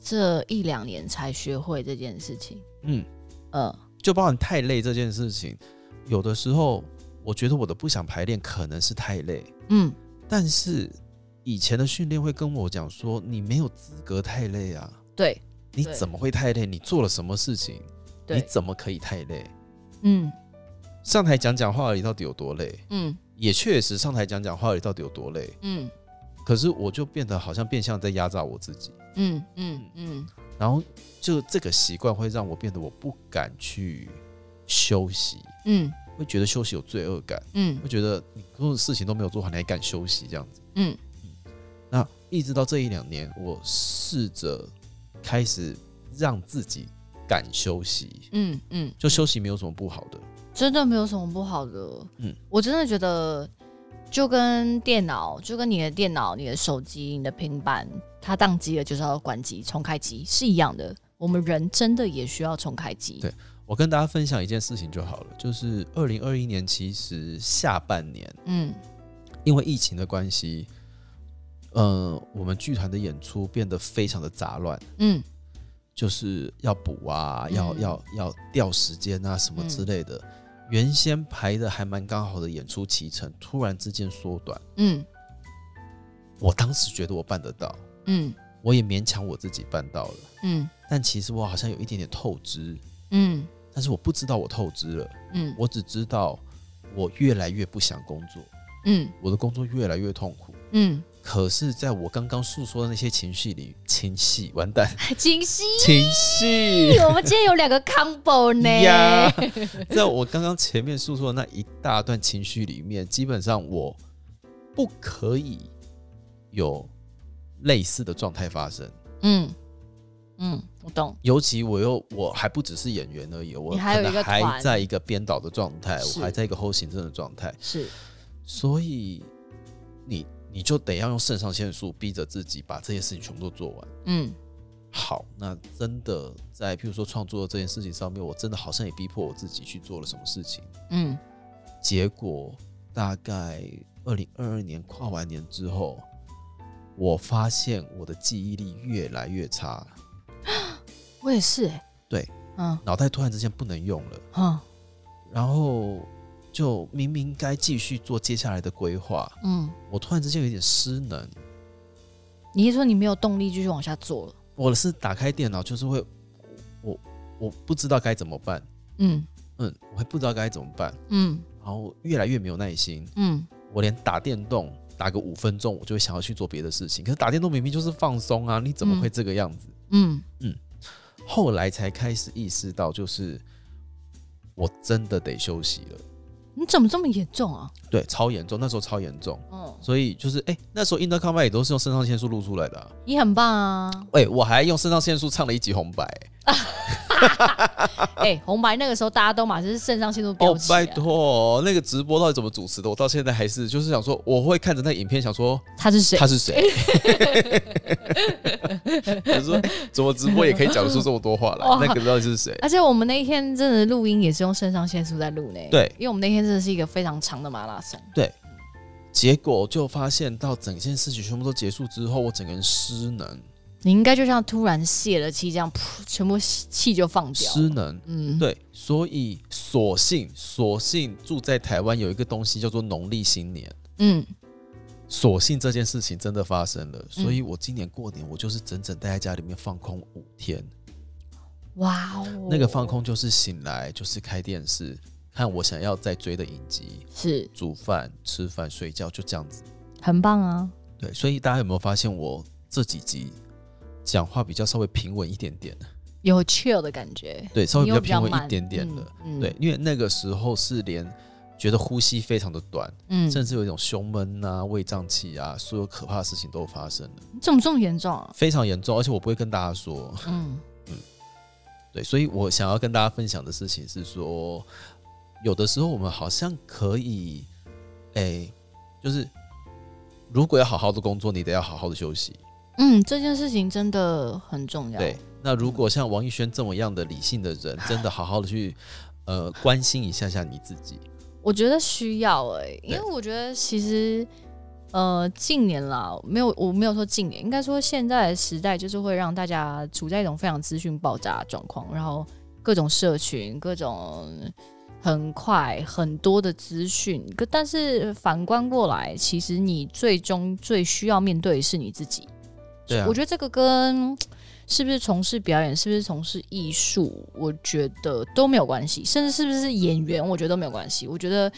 [SPEAKER 1] 这一两年才学会这件事情。
[SPEAKER 2] 嗯，
[SPEAKER 1] 呃，
[SPEAKER 2] 就包含太累这件事情，有的时候我觉得我的不想排练可能是太累，
[SPEAKER 1] 嗯，
[SPEAKER 2] 但是以前的训练会跟我讲说，你没有资格太累啊，
[SPEAKER 1] 对
[SPEAKER 2] 你
[SPEAKER 1] 对
[SPEAKER 2] 怎么会太累？你做了什么事情？你
[SPEAKER 1] 对，
[SPEAKER 2] 怎么可以太累？
[SPEAKER 1] 嗯
[SPEAKER 2] 上台讲讲话，你到底有多累？
[SPEAKER 1] 嗯
[SPEAKER 2] 也确实，上台讲讲话，你到底有多累？
[SPEAKER 1] 嗯
[SPEAKER 2] 可是我就变得好像变相在压榨我自己，
[SPEAKER 1] 嗯嗯嗯，
[SPEAKER 2] 然后就这个习惯会让我变得我不敢去休息，
[SPEAKER 1] 嗯
[SPEAKER 2] 会觉得休息有罪恶感，
[SPEAKER 1] 嗯
[SPEAKER 2] 会觉得你所有事情都没有做好，你还敢休息这样子。
[SPEAKER 1] 嗯
[SPEAKER 2] 那一直到这一两年，我试着开始让自己敢休息，
[SPEAKER 1] 嗯嗯，
[SPEAKER 2] 就休息没有什么不好的。
[SPEAKER 1] 真的没有什么不好的。
[SPEAKER 2] 嗯
[SPEAKER 1] 我真的觉得，就跟电脑，就跟你的电脑、你的手机、你的平板，它宕机了就是要关机、重开机是一样的。我们人真的也需要重开机。
[SPEAKER 2] 对我跟大家分享一件事情就好了，就是二零二一年其实下半年
[SPEAKER 1] 嗯
[SPEAKER 2] 因为疫情的关系，嗯、我们剧团的演出变得非常的杂乱，
[SPEAKER 1] 嗯
[SPEAKER 2] 就是要补啊，
[SPEAKER 1] 嗯
[SPEAKER 2] 要要要调时间啊，什么之类的。原先排的还蛮刚好的演出期程，突然之间缩短，
[SPEAKER 1] 嗯
[SPEAKER 2] 我当时觉得我办得到，
[SPEAKER 1] 嗯
[SPEAKER 2] 我也勉强我自己办到了，
[SPEAKER 1] 嗯
[SPEAKER 2] 但其实我好像有一点点透支，
[SPEAKER 1] 嗯
[SPEAKER 2] 但是我不知道我透支了，
[SPEAKER 1] 嗯
[SPEAKER 2] 我只知道我越来越不想工作，
[SPEAKER 1] 嗯
[SPEAKER 2] 我的工作越来越痛苦。
[SPEAKER 1] 嗯，
[SPEAKER 2] 可是，在我刚刚诉说的那些情绪里，情绪完蛋，
[SPEAKER 1] 锦溪，
[SPEAKER 2] 情绪
[SPEAKER 1] 我们今天有两个 combo
[SPEAKER 2] 呀
[SPEAKER 1] 呢。，
[SPEAKER 2] 在我刚刚前面诉说的那一大段情绪里面，基本上我不可以有类似的状态发生。
[SPEAKER 1] 嗯嗯，我懂。
[SPEAKER 2] 尤其我又我还不只是演员而已，我
[SPEAKER 1] 你还有
[SPEAKER 2] 可能
[SPEAKER 1] 一个团
[SPEAKER 2] 还在一个编导的状态，
[SPEAKER 1] 是
[SPEAKER 2] 我还在一个后行政的状态，
[SPEAKER 1] 是，
[SPEAKER 2] 所以你你就得要用肾上腺素逼着自己把这些事情全部都做完。
[SPEAKER 1] 嗯
[SPEAKER 2] 好，那真的在譬如说创作这件事情上面，我真的好像也逼迫我自己去做了什么事情。
[SPEAKER 1] 嗯
[SPEAKER 2] 结果大概二零二二年跨完年之后，我发现我的记忆力越来越差，
[SPEAKER 1] 我也是、欸。
[SPEAKER 2] 对，
[SPEAKER 1] 嗯
[SPEAKER 2] 脑袋突然之间不能用了，
[SPEAKER 1] 哼
[SPEAKER 2] 然后就明明该继续做接下来的规划，
[SPEAKER 1] 嗯，
[SPEAKER 2] 我突然之间有点失能。
[SPEAKER 1] 你是说你没有动力继续往下做了？
[SPEAKER 2] 我是打开电脑就是会，我我不知道该怎么办，
[SPEAKER 1] 嗯
[SPEAKER 2] 嗯，我会不知道该怎么办，
[SPEAKER 1] 嗯
[SPEAKER 2] 然后越来越没有耐心，
[SPEAKER 1] 嗯
[SPEAKER 2] 我连打电动打个五分钟，我就会想要去做别的事情。可是打电动明明就是放松啊，你怎么会这个样子？
[SPEAKER 1] 嗯
[SPEAKER 2] 后来才开始意识到，就是我真的得休息了。
[SPEAKER 1] 你怎么这么严重啊？
[SPEAKER 2] 对，超严重，那时候超严重。
[SPEAKER 1] 嗯，
[SPEAKER 2] 所以就是，哎、那时候 Inter Combat 也都是用肾上腺素录出来的、啊。
[SPEAKER 1] 你很棒啊！
[SPEAKER 2] 哎、我还用肾上腺素唱了一集红白、
[SPEAKER 1] 哎、红白那个时候大家都嘛就是肾上腺素飙
[SPEAKER 2] 啊哦，
[SPEAKER 1] 起、啊
[SPEAKER 2] 拜托，那个直播到底怎么主持的？我到现在还是就是想说，我会看着那影片想说，
[SPEAKER 1] 他是谁
[SPEAKER 2] 他？是谁？我说、欸怎么直播也可以讲得出这么多话来
[SPEAKER 1] 哇？
[SPEAKER 2] 那个到底是谁？
[SPEAKER 1] 而且我们那一天真的录音也是用肾上腺素在录呢。
[SPEAKER 2] 对
[SPEAKER 1] 因为我们那天真的是一个非常长的马拉松。
[SPEAKER 2] 结果就发现到整件事情全部都结束之后，我整个人失能，
[SPEAKER 1] 你应该就像突然泄了气这样，噗，全部气就放掉。
[SPEAKER 2] 失能。
[SPEAKER 1] 嗯，
[SPEAKER 2] 对，所以索性索性住在台湾有一个东西叫做农历新年，
[SPEAKER 1] 嗯
[SPEAKER 2] 索性这件事情真的发生了，所以我今年过年我就是整整待在家里面放空五天，
[SPEAKER 1] 哇哦，
[SPEAKER 2] 那个放空就是醒来就是开电视看我想要再追的影集，
[SPEAKER 1] 是
[SPEAKER 2] 煮饭、吃饭、睡觉，就这样子。
[SPEAKER 1] 很棒啊。
[SPEAKER 2] 对，所以大家有没有发现我这几集讲话比较稍微平稳一点点？
[SPEAKER 1] 有 chill 的感觉，
[SPEAKER 2] 对，稍微
[SPEAKER 1] 你
[SPEAKER 2] 比
[SPEAKER 1] 又
[SPEAKER 2] 较
[SPEAKER 1] 比
[SPEAKER 2] 平
[SPEAKER 1] 较
[SPEAKER 2] 稳
[SPEAKER 1] 慢
[SPEAKER 2] 一点点的。，
[SPEAKER 1] 嗯，嗯
[SPEAKER 2] 对，，因为那个时候是连觉得呼吸非常的短，
[SPEAKER 1] 嗯，
[SPEAKER 2] 甚至有一种胸闷啊、胃胀气啊，所有可怕的事情都发生了，
[SPEAKER 1] 怎么这么严重啊？
[SPEAKER 2] 非常严重，而且我不会跟大家说。
[SPEAKER 1] 嗯
[SPEAKER 2] 对，所以我想要跟大家分享的事情是说，有的时候我们好像可以，哎、就是如果要好好的工作，你得要好好的休息。
[SPEAKER 1] 嗯，这件事情真的很重要，
[SPEAKER 2] 对，，那如果像王艺轩这么样的理性的人，真的好好 的去呃关心一下下你自己。
[SPEAKER 1] 我觉得需要哎、因为
[SPEAKER 2] 对
[SPEAKER 1] 我觉得其实呃近年啦，没有我没有说近年，应该说现在的时代就是会让大家处在一种非常资讯爆炸的状况，然后各种社群，各种很快很多的资讯，可但是反观过来，其实你最终最需要面对的是你自己。
[SPEAKER 2] 对啊
[SPEAKER 1] 我觉得这个跟是不是从事表演，是不是从事艺术，我觉得都没有关系，甚至是不是演员，我觉得都没有关系。我觉得，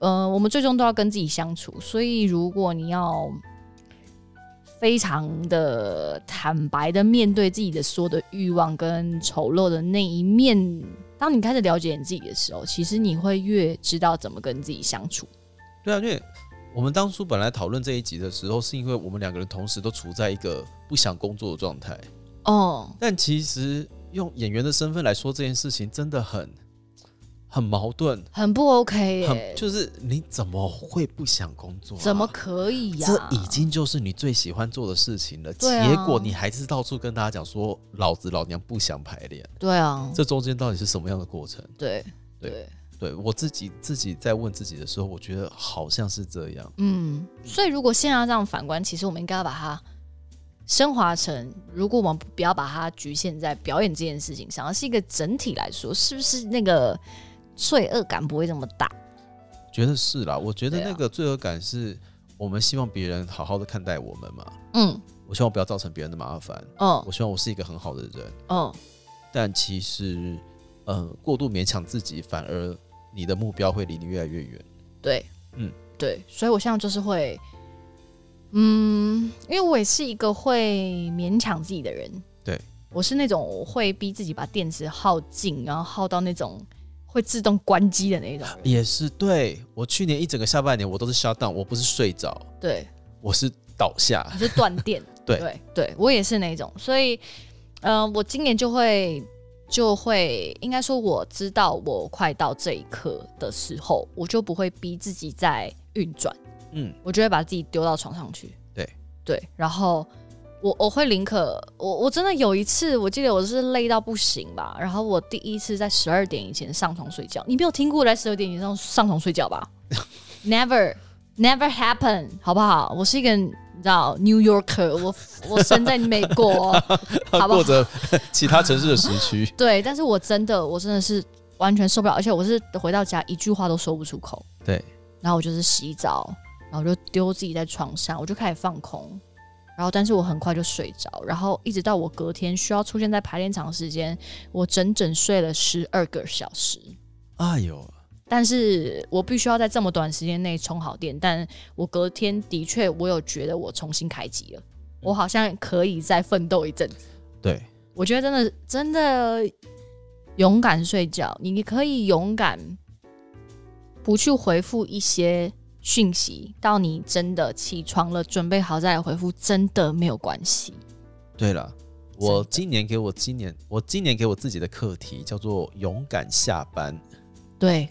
[SPEAKER 1] 呃，我们最终都要跟自己相处，所以如果你要非常的坦白的面对自己的所有的欲望跟丑陋的那一面，当你开始了解你自己的时候，其实你会越知道怎么跟自己相处。
[SPEAKER 2] 对啊，因为我们当初本来讨论这一集的时候，是因为我们两个人同时都处在一个不想工作的状态，
[SPEAKER 1] 哦，
[SPEAKER 2] 但其实用演员的身份来说这件事情，真的很很矛盾，
[SPEAKER 1] 很不 OK 耶、
[SPEAKER 2] 很就是你怎么会不想工作啊、
[SPEAKER 1] 怎么可以啊呀、
[SPEAKER 2] 这已经就是你最喜欢做的事情了，
[SPEAKER 1] 对啊
[SPEAKER 2] 结果你还是到处跟大家讲说“老子老娘不想排练
[SPEAKER 1] 对啊”，，
[SPEAKER 2] 这中间到底是什么样的过程？
[SPEAKER 1] 对
[SPEAKER 2] 对
[SPEAKER 1] 对，
[SPEAKER 2] 对我自己自己在问自己的时候，我觉得好像是这样。
[SPEAKER 1] 嗯，所以如果现在这样反观，其实我们应该要把它升华成，如果我们不要把它局限在表演这件事情上，而是一个整体来说，是不是那个罪恶感不会这么大？
[SPEAKER 2] 觉得是啦，我觉得
[SPEAKER 1] 对啊
[SPEAKER 2] 那个罪恶感是我们希望别人好好的看待我们嘛，
[SPEAKER 1] 嗯
[SPEAKER 2] 我希望不要造成别人的麻烦，
[SPEAKER 1] 嗯
[SPEAKER 2] 我希望我是一个很好的人，
[SPEAKER 1] 嗯，
[SPEAKER 2] 但其实，呃，过度勉强自己，反而你的目标会离你越来越远。
[SPEAKER 1] 对，
[SPEAKER 2] 嗯
[SPEAKER 1] 对，所以我现在就是会，嗯，因为我也是一个会勉强自己的人，
[SPEAKER 2] 对，
[SPEAKER 1] 我是那种我会逼自己把电池耗尽，然后耗到那种会自动关机的那种人，
[SPEAKER 2] 也是对我去年一整个下半年，我都是 shut down，我不是睡着，
[SPEAKER 1] 对。
[SPEAKER 2] 我是倒下。。
[SPEAKER 1] 你是断电
[SPEAKER 2] 啊对
[SPEAKER 1] 对对我也是那种，所以，呃，我今年就会就会，应该说我知道我快到这一刻的时候，我就不会逼自己在运转，
[SPEAKER 2] 嗯，
[SPEAKER 1] 我就会把自己丢到床上去。
[SPEAKER 2] 对
[SPEAKER 1] 对，然后。我我会宁可我我真的有一次，我记得我是累到不行吧，然后我第一次在十二点以前上床睡觉，你没有听过在十二点以上上床睡觉 吧？Never，Never happen，好不好？我是一个你知道 New Yorker，我我生在美国，好不
[SPEAKER 2] 过
[SPEAKER 1] 好？
[SPEAKER 2] 着 其他城市的时区。
[SPEAKER 1] 对，但是我真的我真的是完全受不了，而且我是回到家一句话都说不出口。
[SPEAKER 2] 对，
[SPEAKER 1] 然后我就是洗澡，然后就丢自己在床上，我就开始放空。然后，但是我很快就睡着，然后一直到我隔天需要出现在排练场的时间，我整整睡了十二个小时。
[SPEAKER 2] 哎呦，
[SPEAKER 1] 但是我必须要在这么短时间内充好电，但我隔天的确我有觉得我重新开机了，我好像可以再奋斗一阵子。
[SPEAKER 2] 对，
[SPEAKER 1] 我觉得真的真的勇敢睡觉，你可以勇敢不去回复一些讯息，到你真的起床了，准备好再来回复，真的没有关系。
[SPEAKER 2] 对了，我
[SPEAKER 1] 真的
[SPEAKER 2] 今年给我今年我今年给我自己的课题叫做勇敢下班。
[SPEAKER 1] 对，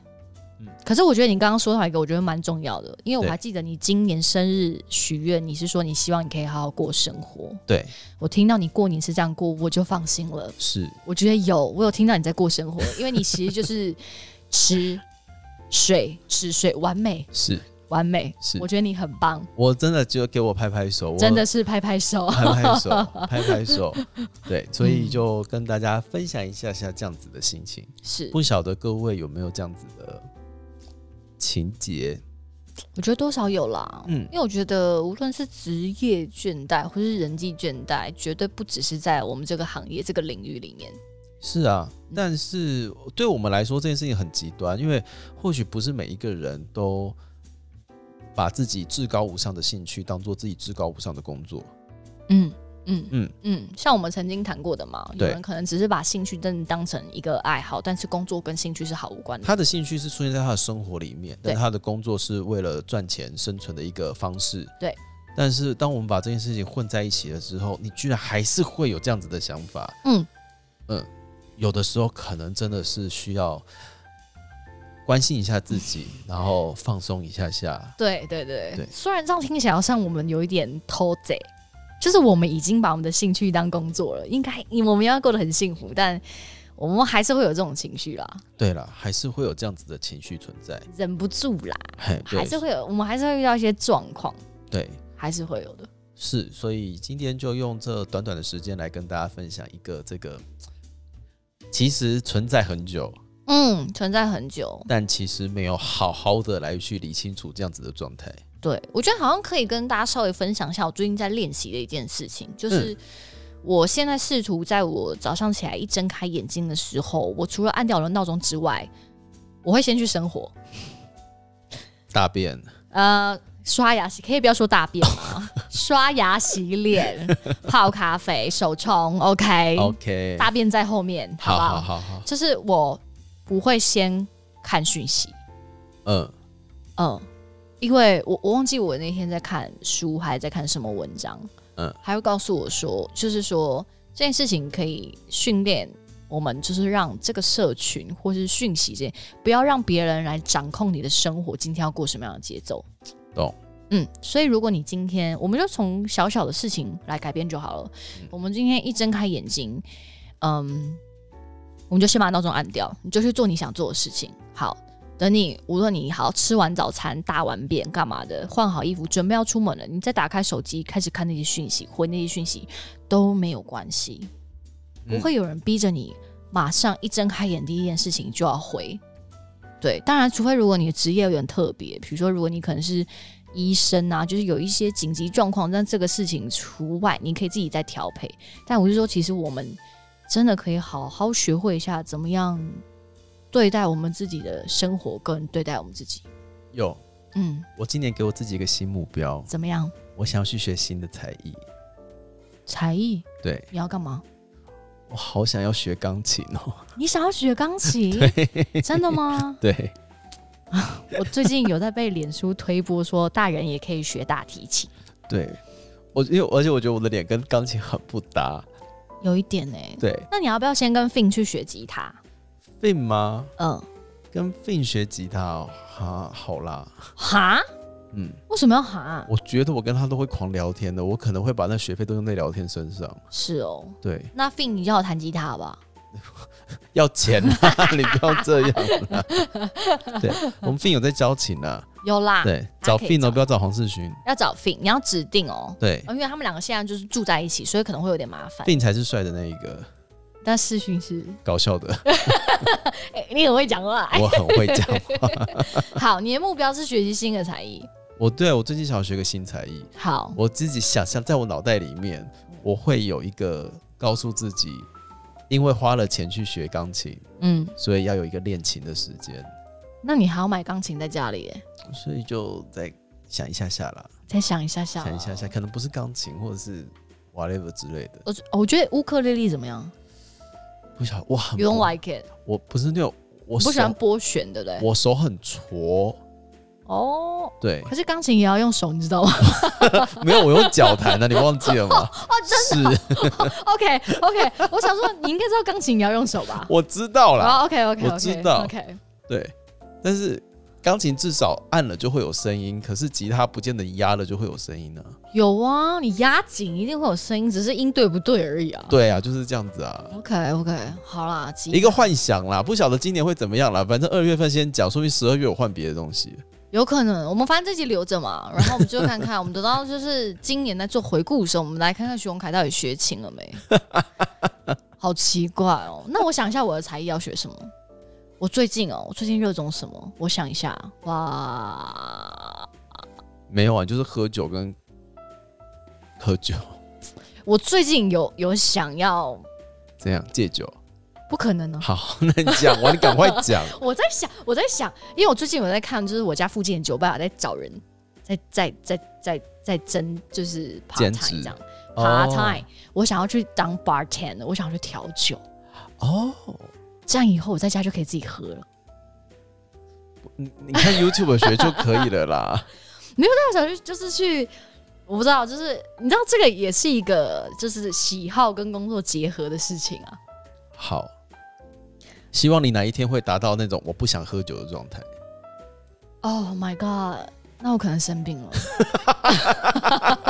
[SPEAKER 2] 嗯
[SPEAKER 1] 可是我觉得你刚刚说到一个我觉得蛮重要的，因为我
[SPEAKER 2] 对
[SPEAKER 1] 还记得你今年生日许愿，你是说你希望你可以好好过生活。
[SPEAKER 2] 对，
[SPEAKER 1] 我听到你过年是这样过，我就放心了。
[SPEAKER 2] 是
[SPEAKER 1] 我觉得有，我有听到你在过生 活，因为你其实就是吃 睡吃睡，完美
[SPEAKER 2] 是
[SPEAKER 1] 完美。
[SPEAKER 2] 是
[SPEAKER 1] 我，觉得你很棒，
[SPEAKER 2] 我真的就给我拍拍手，我啊
[SPEAKER 1] 真的是拍拍手。
[SPEAKER 2] 拍拍 手，拍拍手。对，所以就跟大家分享一下下这样子的心情。
[SPEAKER 1] 是，
[SPEAKER 2] 不晓得各位有没有这样子的情节？
[SPEAKER 1] 我觉得多少有啦。
[SPEAKER 2] 嗯
[SPEAKER 1] 因为我觉得无论是职业倦怠或是人际倦怠，绝对不只是在我们这个行业这个领域里面。
[SPEAKER 2] 是啊，
[SPEAKER 1] 嗯
[SPEAKER 2] 但是对我们来说这件事情很极端，因为或许不是每一个人都把自己至高无上的兴趣当做自己至高无上的工作。
[SPEAKER 1] 嗯嗯
[SPEAKER 2] 嗯
[SPEAKER 1] 嗯嗯，像我们曾经谈过的嘛，有
[SPEAKER 2] 对
[SPEAKER 1] 人可能只是把兴趣真的当成一个爱好，但是工作跟兴趣是毫无关的。
[SPEAKER 2] 他的兴趣是出现在他的生活里面，但
[SPEAKER 1] 对
[SPEAKER 2] 他的工作是为了赚钱生存的一个方式。
[SPEAKER 1] 对。
[SPEAKER 2] 但是当我们把这件事情混在一起了之后，你居然还是会有这样子的想法。
[SPEAKER 1] 嗯，
[SPEAKER 2] 有的时候可能真的是需要关心一下自己，然后放松一下下。
[SPEAKER 1] 对对对，
[SPEAKER 2] 对
[SPEAKER 1] 虽然这样听起来好像我们有一点偷贼，就是我们已经把我们的兴趣当工作了，应该我们要过得很幸福，但我们还是会有这种情绪啦，
[SPEAKER 2] 对了，还是会有这样子的情绪存在，
[SPEAKER 1] 忍不住啦，
[SPEAKER 2] 嘿，对
[SPEAKER 1] 还是会有，我们还是会遇到一些状况，
[SPEAKER 2] 对。
[SPEAKER 1] 还是会有的。
[SPEAKER 2] 是，所以今天就用这短短的时间来跟大家分享一个这个，其实存在很久，
[SPEAKER 1] 嗯，存在很久。
[SPEAKER 2] 但其实没有好好的来去理清楚这样子的状态。
[SPEAKER 1] 对，我觉得好像可以跟大家稍微分享一下我最近在练习的一件事情，就是我现在试图在我早上起来一睁开眼睛的时候，我除了按掉我的闹钟之外，我会先去生活，
[SPEAKER 2] 大便，
[SPEAKER 1] 呃，刷牙洗，可以不要说大便吗？刷牙、洗 脸、泡咖啡、手冲，OK，
[SPEAKER 2] OK，
[SPEAKER 1] 大便在后面，好不
[SPEAKER 2] 好好好好，
[SPEAKER 1] 就是我不会先看讯息，
[SPEAKER 2] 嗯，
[SPEAKER 1] 嗯，因为我我忘记我那天在看书还是在看什么文章，
[SPEAKER 2] 嗯
[SPEAKER 1] 嗯，还会告诉我说，就是说这件事情可以训练我们，就是让这个社群或是讯息这，不要让别人来掌控你的生活，今天要过什么样的节奏。
[SPEAKER 2] 懂。
[SPEAKER 1] 嗯，所以如果你今天，我们就从小小的事情来改变就好了。我们今天一睁开眼睛，嗯，我们就先把闹钟按掉，你就去做你想做的事情。好，等你无论你好吃完早餐、大完便干嘛的，换好衣服准备要出门了，你再打开手机开始看那些讯息，回那些讯息都没有关系，
[SPEAKER 2] 嗯
[SPEAKER 1] 不会有人逼着你马上一睁开眼第一件事情就要回。对，当然，除非如果你的职业有点特别，比如说如果你可能是医生啊，就是有一些紧急状况，但这个事情除外，你可以自己再调配。但我是说，其实我们真的可以好好学会一下怎么样对待我们自己的生活，跟对待我们自己。
[SPEAKER 2] 有。
[SPEAKER 1] 嗯，
[SPEAKER 2] 我今年给我自己一个新目标，
[SPEAKER 1] 怎么样？
[SPEAKER 2] 我想要去学新的才艺。
[SPEAKER 1] 才艺
[SPEAKER 2] 对
[SPEAKER 1] 你要干嘛？
[SPEAKER 2] 我好想要学钢琴哦。？
[SPEAKER 1] 你想要学钢 琴？真的吗
[SPEAKER 2] 对，
[SPEAKER 1] 我最近有在被脸书推播说，大人也可以学大提琴，
[SPEAKER 2] 对，我因为而且我觉得我的脸跟钢琴很不搭。
[SPEAKER 1] 有一点呢、欸
[SPEAKER 2] 对
[SPEAKER 1] 那你要不要先跟 Fin 去学吉他？
[SPEAKER 2] ，Fin 吗？
[SPEAKER 1] 嗯，
[SPEAKER 2] 跟 Fin 学吉他哦，哈，好啦，
[SPEAKER 1] 哈？
[SPEAKER 2] 嗯，
[SPEAKER 1] 为什么要哈？
[SPEAKER 2] 我觉得我跟他都会狂聊天的，我可能会把那学费都用在聊天身上。
[SPEAKER 1] 是哦，
[SPEAKER 2] 对，
[SPEAKER 1] 那 Fin 你要弹吉他好不好？
[SPEAKER 2] 要钱啊， 你不要这样啦。 对，我们 Fin 有在交情啊，
[SPEAKER 1] 有啦，
[SPEAKER 2] 对，
[SPEAKER 1] 大家
[SPEAKER 2] 找
[SPEAKER 1] 可以
[SPEAKER 2] Fin 哦，
[SPEAKER 1] 找
[SPEAKER 2] 不要找黄世勋。
[SPEAKER 1] 要找 Fin，你要指定哦。
[SPEAKER 2] 对
[SPEAKER 1] 哦因为他们两个现在就是住在一起，所以可能会有点麻烦。
[SPEAKER 2] ，Fin 才是帅的那一个，
[SPEAKER 1] 但视讯是，
[SPEAKER 2] 搞笑的，
[SPEAKER 1] 哎、你很会讲话。哎
[SPEAKER 2] 我很会 讲。
[SPEAKER 1] 好，你的目标是学习新的才艺。
[SPEAKER 2] 我对啊我最近想要学个新才艺，
[SPEAKER 1] 好，
[SPEAKER 2] 我自己想象在我脑袋里面，我会有一个告诉自己，因为花了钱去学钢琴，
[SPEAKER 1] 嗯，
[SPEAKER 2] 所以要有一个练琴的时间，
[SPEAKER 1] 那你还要买钢琴在家里耶？
[SPEAKER 2] 所以就再想一下下啦，
[SPEAKER 1] 再想一下啊下，
[SPEAKER 2] 想一下下，。可能不是钢琴或者是 whatever 之类的，
[SPEAKER 1] 我我觉得乌克丽丽怎么样
[SPEAKER 2] 不晓我很
[SPEAKER 1] ？You
[SPEAKER 2] 不
[SPEAKER 1] don't like it？
[SPEAKER 2] 我不是那种我
[SPEAKER 1] 不喜欢
[SPEAKER 2] 手
[SPEAKER 1] 拨弦，对不对？
[SPEAKER 2] 我手很挫，
[SPEAKER 1] 哦，
[SPEAKER 2] 对，
[SPEAKER 1] 可是钢琴也要用手，你知道 吗
[SPEAKER 2] 没有我用脚弹啊的，你忘记了吗？哦，真的是，
[SPEAKER 1] ？OK OK，我 想说你应该知道钢琴也要用手吧？
[SPEAKER 2] 我知道啦，
[SPEAKER 1] 啊 OK OK
[SPEAKER 2] 我
[SPEAKER 1] OK，
[SPEAKER 2] 知道
[SPEAKER 1] OK，
[SPEAKER 2] 对，但是钢琴至少按了就会有声音，可是吉他不见得压了就会有声音呢、
[SPEAKER 1] 有啊，你压紧一定会有声音，只是音对不对而已啊。
[SPEAKER 2] 对啊，就是这样子啊。
[SPEAKER 1] OK OK，好啦，吉
[SPEAKER 2] 一个幻想啦，不晓得今年会怎么样啦。反正二月份先讲，说明十二月我换别的东西。
[SPEAKER 1] 有可能，我们反正这集留着嘛，然后我们就看看，我们等到就是今年在做回顾的时候，我们来看看徐荣凯到底学琴了 没。好奇怪哦，那我想一下我的才艺要学什么？我最近哦，我最近热衷什么？我想一下，哇，
[SPEAKER 2] 没有啊，就是喝酒跟喝酒
[SPEAKER 1] 我最近有有想要，
[SPEAKER 2] 怎样戒酒。
[SPEAKER 1] 不可能呢、哦
[SPEAKER 2] 好， 那你讲完，你赶快 讲。
[SPEAKER 1] 我在想，我在想，因为我最近有在看，就是我家附近的酒吧在找人，在在在在在争，就是
[SPEAKER 2] 兼
[SPEAKER 1] part
[SPEAKER 2] 职
[SPEAKER 1] time 这样。part time，、我想要去当 bartender，我想要去调酒，
[SPEAKER 2] 哦，
[SPEAKER 1] 这样以后我在家就可以自己喝了。
[SPEAKER 2] 哦你你看 YouTube 学就可以了啦。
[SPEAKER 1] 那我想去就是去，我不知道，就是你知道这个也是一个就是喜好跟工作结合的事情啊。
[SPEAKER 2] 好，希望你哪一天会达到那种我不想喝酒的状态。
[SPEAKER 1] Oh my god！那我可能生病了。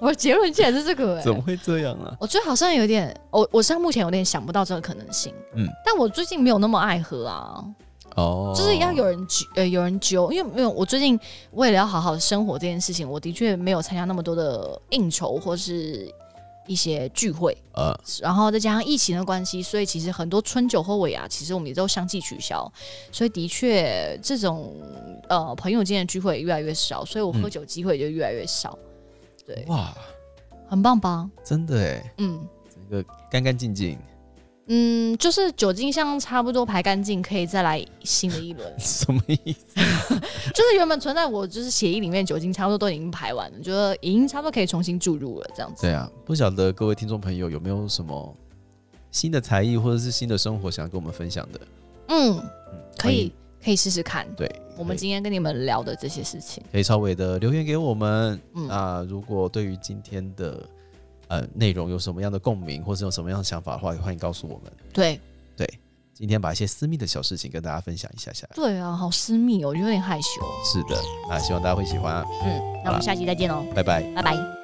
[SPEAKER 1] 我的结论竟然是这个、欸，
[SPEAKER 2] 怎么会这样啊？
[SPEAKER 1] 我觉得好像有点，我我现在目前有点想不到这个可能性。
[SPEAKER 2] 嗯
[SPEAKER 1] 嗯，但我最近没有那么爱喝啊，
[SPEAKER 2] 哦，
[SPEAKER 1] 就是要有人揪，呃，有人揪，因为没有我最近为了要好好生活这件事情，我的确没有参加那么多的应酬或是一些聚会，
[SPEAKER 2] 呃，
[SPEAKER 1] 然后再加上疫情的关系，所以其实很多春酒或尾牙，其实我们也都相继取消，所以的确这种呃朋友间的聚会也越来越少，所以我喝酒机会也就越来越少，对，
[SPEAKER 2] 哇，
[SPEAKER 1] 很棒吧？
[SPEAKER 2] 真的哎，
[SPEAKER 1] 嗯。
[SPEAKER 2] 整个干干净净，。
[SPEAKER 1] 嗯，就是酒精像差不多排干净，可以再来新的一轮
[SPEAKER 2] 什么意思？
[SPEAKER 1] 就是原本存在我就是协议里面酒精差不多都已经排完了，觉得已经差不多可以重新注入了这样子。
[SPEAKER 2] 对啊，不晓得各位听众朋友有没有什么新的才艺或者是新的生活想要跟我们分享的？
[SPEAKER 1] 嗯，可
[SPEAKER 2] 欢迎
[SPEAKER 1] 以可以试试看。
[SPEAKER 2] 对，
[SPEAKER 1] 我们
[SPEAKER 2] 可以
[SPEAKER 1] 今天跟你们聊的这些事情，
[SPEAKER 2] 可以稍微的留言给我们。
[SPEAKER 1] 嗯
[SPEAKER 2] 那如果对于今天的呃内容有什么样的共鸣，或是有什么样的想法的话，也欢迎告诉我们。
[SPEAKER 1] 对
[SPEAKER 2] 今天把一些私密的小事情跟大家分享一下下。
[SPEAKER 1] 对啊，好私密哦，有点害羞。
[SPEAKER 2] 是的，啊，希望大家会喜欢啊，
[SPEAKER 1] 嗯，那我
[SPEAKER 2] 好啦
[SPEAKER 1] 们下期再见喽，
[SPEAKER 2] 拜拜。
[SPEAKER 1] 拜拜。